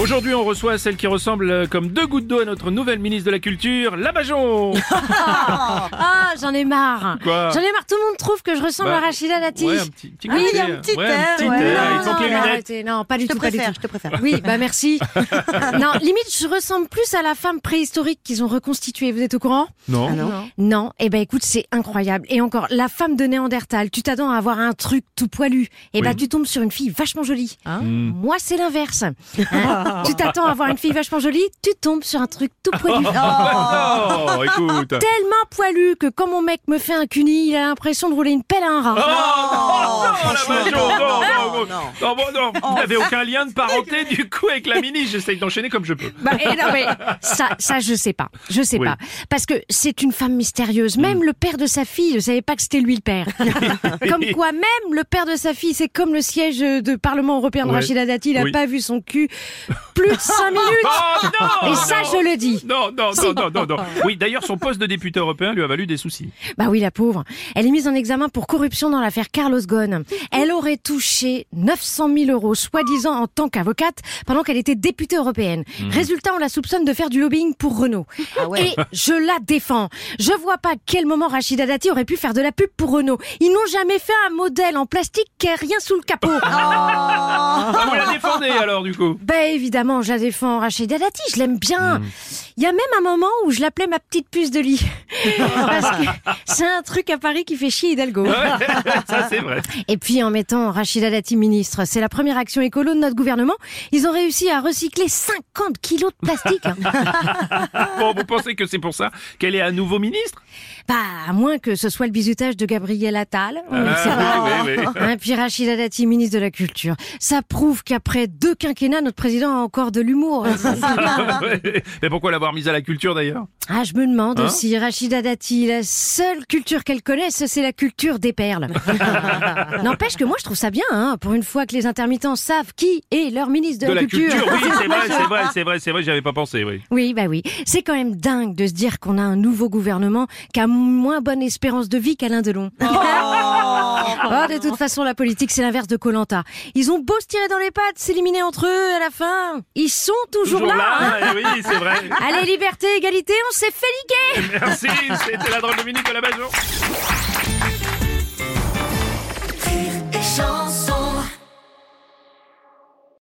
Aujourd'hui, on reçoit celle qui ressemble euh, comme deux gouttes d'eau à notre nouvelle ministre de la Bah, Culture, Oh, Labajon Ah, j'en ai marre. Quoi J'en ai marre. Tout le monde trouve que je ressemble Bah, à Rachida Dati. Ouais, un petit, petit Ah, côté, il y a euh, un petit ouais, air, petit ouais. Ah, air, il Non, manque les non, lunettes. arrêtez. Non, pas du Je te tout, pas préfère, du je te préfère. tout. Oui, bah merci. non, limite, je ressemble plus à la femme préhistorique qu'ils ont reconstituée. Vous êtes au courant Non. Non. Eh ben écoute, c'est incroyable. Et encore, la femme de Néandertal. Tu t'attends à avoir un truc tout poilu. Eh ben Oui. tu tombes sur une fille vachement jolie. Ah. Hmm. Moi, c'est l'inverse. Hein tu t'attends à avoir une fille vachement jolie. Tu tombes sur un truc tout poilu. Oh, écoute tellement poilu que quand mon mec me fait un cuni, il a l'impression de rouler une pelle à un Oh, rat. non, Labajon, non, non, non, non, non. non, bon, non, Oh. vous n'avez aucun lien de parenté du coup avec la ministre, j'essaye d'enchaîner comme je peux. Bah, et non, mais ça, ça, je sais pas. Je sais Oui. Mm. pas. Parce que c'est une femme mystérieuse. Même le père de sa fille, je savais pas que c'était lui le père. comme quoi, même le père de sa fille, c'est comme le siège de Parlement européen de Ouais. Rachida Dati, il a Oui. pas vu son cul plus de cinq minutes. Oh, non Et ça, non. je le dis. Non, non, non, Si. non, non, non. Oui, d'ailleurs, son poste de député européen lui a valu des soucis. Bah oui, la pauvre. Elle est mise en examen pour corruption dans l'affaire Carlos Ghosn. Elle aurait touché 900 000 euros, soi-disant en tant qu'avocate, pendant qu'elle était députée européenne. Résultat, on la soupçonne de faire du lobbying pour Renault. Et je la défends. Je vois pas à quel moment Rachida Dati aurait pu faire de la pub pour Renault. Ils n'ont jamais fait un modèle en plastique qui a rien sous le capot. Ah, vous la défendez alors du coup Bah évidemment, je la défends, Rachida Dati, je l'aime bien. Il y a même un moment où je l'appelais ma petite puce de lit. Parce que c'est un truc à Paris qui fait chier Hidalgo. Ouais, Ça, c'est vrai. Et puis en mettant Rachida Dati ministre, c'est la première action écolo de notre gouvernement. Ils ont réussi à recycler 50 kilos de plastique. Bon, vous pensez que c'est pour ça qu'elle est à nouveau ministre bah, à moins que ce soit le bizutage de Gabriel Attal. on ne sait pas. Ah, oui, oui, oui. Hein, puis Rachida Dati, ministre de la Culture. Ça prouve qu'après deux quinquennats, notre président a encore de l'humour. Ouais. Mais pourquoi l'avoir mise à la culture d'ailleurs Ah, je me demande Hein si Rachida Dati, la seule culture qu'elle connaisse, c'est la culture des perles. N'empêche que moi, je trouve ça bien, hein, pour une fois que les intermittents savent qui est leur ministre de, oui, c'est vrai, c'est vrai, c'est vrai, c'est vrai, j'avais pas pensé, oui. Oui, bah oui. C'est quand même dingue de se dire qu'on a un nouveau gouvernement qui a moins bonne espérance de vie qu'Alain Delon. Oh, de toute façon, la politique, c'est l'inverse de Colanta. Ils ont beau se tirer dans les pattes, s'éliminer entre eux à la fin. Ils sont toujours, Toujours là. hein. là, oui, c'est vrai. Allez, liberté, égalité, on s'est fait niquer Merci, c'était la drôle de minute de la maison.